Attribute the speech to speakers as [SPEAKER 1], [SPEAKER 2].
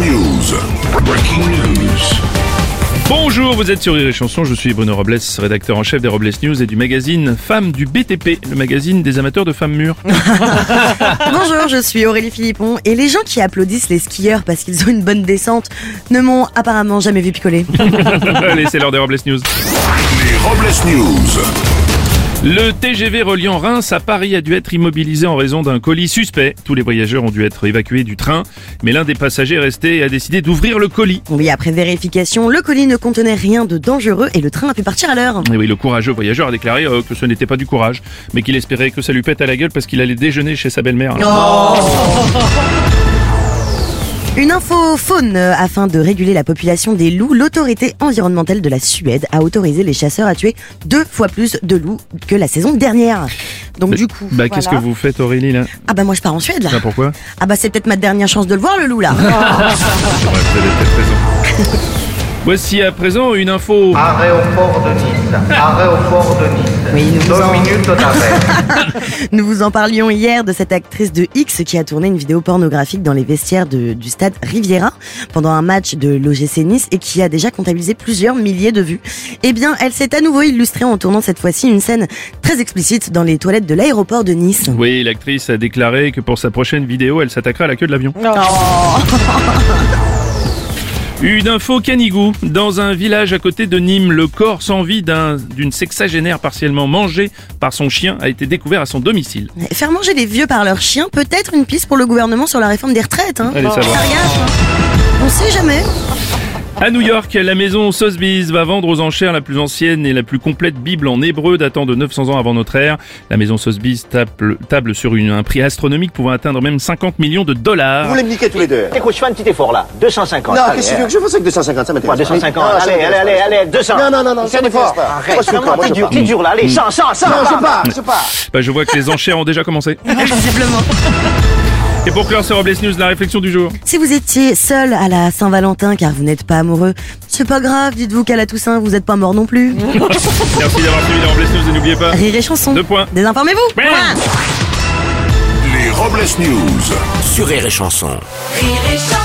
[SPEAKER 1] news. Breaking news.
[SPEAKER 2] Bonjour, vous êtes sur Rire et Chanson, je suis Bruno Robles, rédacteur en chef des Robles News et du magazine Femmes du BTP, le magazine des amateurs de femmes mûres.
[SPEAKER 3] Bonjour, je suis Aurélie Philippon et les gens qui applaudissent les skieurs parce qu'ils ont une bonne descente ne m'ont apparemment jamais vu picoler.
[SPEAKER 2] Allez, c'est l'heure des Robles News.
[SPEAKER 1] Les Robles News.
[SPEAKER 2] Le TGV reliant Reims à Paris a dû être immobilisé en raison d'un colis suspect. Tous les voyageurs ont dû être évacués du train, mais l'un des passagers resté a décidé d'ouvrir le colis.
[SPEAKER 3] Oui, après vérification, le colis ne contenait rien de dangereux et le train a pu partir à l'heure.
[SPEAKER 2] Et oui, le courageux voyageur a déclaré euh, que ce n'était pas du courage, mais qu'il espérait que ça lui pète à la gueule parce qu'il allait déjeuner chez sa belle-mère.
[SPEAKER 3] Une info faune euh, afin de réguler la population des loups, l'autorité environnementale de la Suède a autorisé les chasseurs à tuer deux fois plus de loups que la saison dernière. Donc
[SPEAKER 2] Bah,
[SPEAKER 3] du coup,
[SPEAKER 2] bah qu'est-ce que
[SPEAKER 3] voilà.
[SPEAKER 2] vous faites Aurélie là
[SPEAKER 3] ah bah moi je pars en Suède là.
[SPEAKER 2] Bah, Pourquoi
[SPEAKER 3] Ah bah c'est peut-être ma dernière chance de le voir le loup là.
[SPEAKER 2] Ouais, vous avez peut-être raison. Ah. Voici à présent une info.
[SPEAKER 4] Arrêt au port de Nice. Arrêt au port de Nice.
[SPEAKER 3] Oui, nous
[SPEAKER 4] Deux
[SPEAKER 3] en-
[SPEAKER 4] minutes d'arrêt.
[SPEAKER 3] Nous vous en parlions hier de cette actrice de X qui a tourné une vidéo pornographique dans les vestiaires de- du stade Riviera pendant un match de l'OGC Nice et qui a déjà comptabilisé plusieurs milliers de vues. Eh bien, elle s'est à nouveau illustrée en tournant cette fois-ci une scène très explicite dans les toilettes de l'aéroport de Nice.
[SPEAKER 2] Oui, l'actrice a déclaré que pour sa prochaine vidéo, elle s'attaquera à la queue de l'avion. Une info canigou. Dans un village à côté de Nîmes, le corps sans vie d'un- d'une sexagénaire partiellement mangée par son chien a été découvert à son domicile.
[SPEAKER 3] Faire manger les vieux par leurs chiens, peut-être une piste pour le gouvernement sur la réforme des retraites. Hein.
[SPEAKER 2] Allez savoir.
[SPEAKER 3] Faire gaffe, hein. On sait jamais.
[SPEAKER 2] À New York, la maison Sotheby's va vendre aux enchères la plus ancienne et la plus complète Bible en hébreu datant de 900 ans avant notre ère. La maison Sotheby's table, table sur une- un prix astronomique pouvant atteindre même 50 millions de dollars.
[SPEAKER 5] Vous voulez me niquer tous les deux
[SPEAKER 6] Écoute, je fais un petit effort là. 250.
[SPEAKER 5] Non,
[SPEAKER 6] allez, hein.
[SPEAKER 5] qu'est-ce que tu veux que je fasse avec 250 Ça
[SPEAKER 6] Quoi,
[SPEAKER 5] m'intéresse.
[SPEAKER 6] 250
[SPEAKER 5] pas. Non, ça
[SPEAKER 6] Allez, allez,
[SPEAKER 5] m'intéresse
[SPEAKER 6] allez,
[SPEAKER 5] pas.
[SPEAKER 6] allez, 200.
[SPEAKER 5] Non, non, non, non,
[SPEAKER 6] Fais
[SPEAKER 5] ça
[SPEAKER 6] un effort.
[SPEAKER 5] m'intéresse pas.
[SPEAKER 6] Arrête,
[SPEAKER 5] Moi, je suis
[SPEAKER 6] vraiment,
[SPEAKER 5] con, moi,
[SPEAKER 6] t'es
[SPEAKER 5] je
[SPEAKER 6] dur,
[SPEAKER 5] pars.
[SPEAKER 6] t'es dur là. Allez, 100, 100, 100.
[SPEAKER 5] Non, je pars, je pars.
[SPEAKER 2] Bah, je vois que les enchères ont déjà commencé. Et pour clore ce Robles News, la réflexion du jour.
[SPEAKER 3] Si vous étiez seul à la Saint-Valentin car vous n'êtes pas amoureux, c'est pas grave, dites-vous qu'à la Toussaint, vous n'êtes pas mort non plus.
[SPEAKER 2] Merci d'avoir suivi les Robles News et n'oubliez pas.
[SPEAKER 3] Rire et chanson.
[SPEAKER 2] Deux points.
[SPEAKER 3] Désinformez-vous.
[SPEAKER 2] Ouais.
[SPEAKER 3] Point.
[SPEAKER 1] Les Robles News.
[SPEAKER 5] Sur Rire et Chanson.
[SPEAKER 7] Rire et chanson.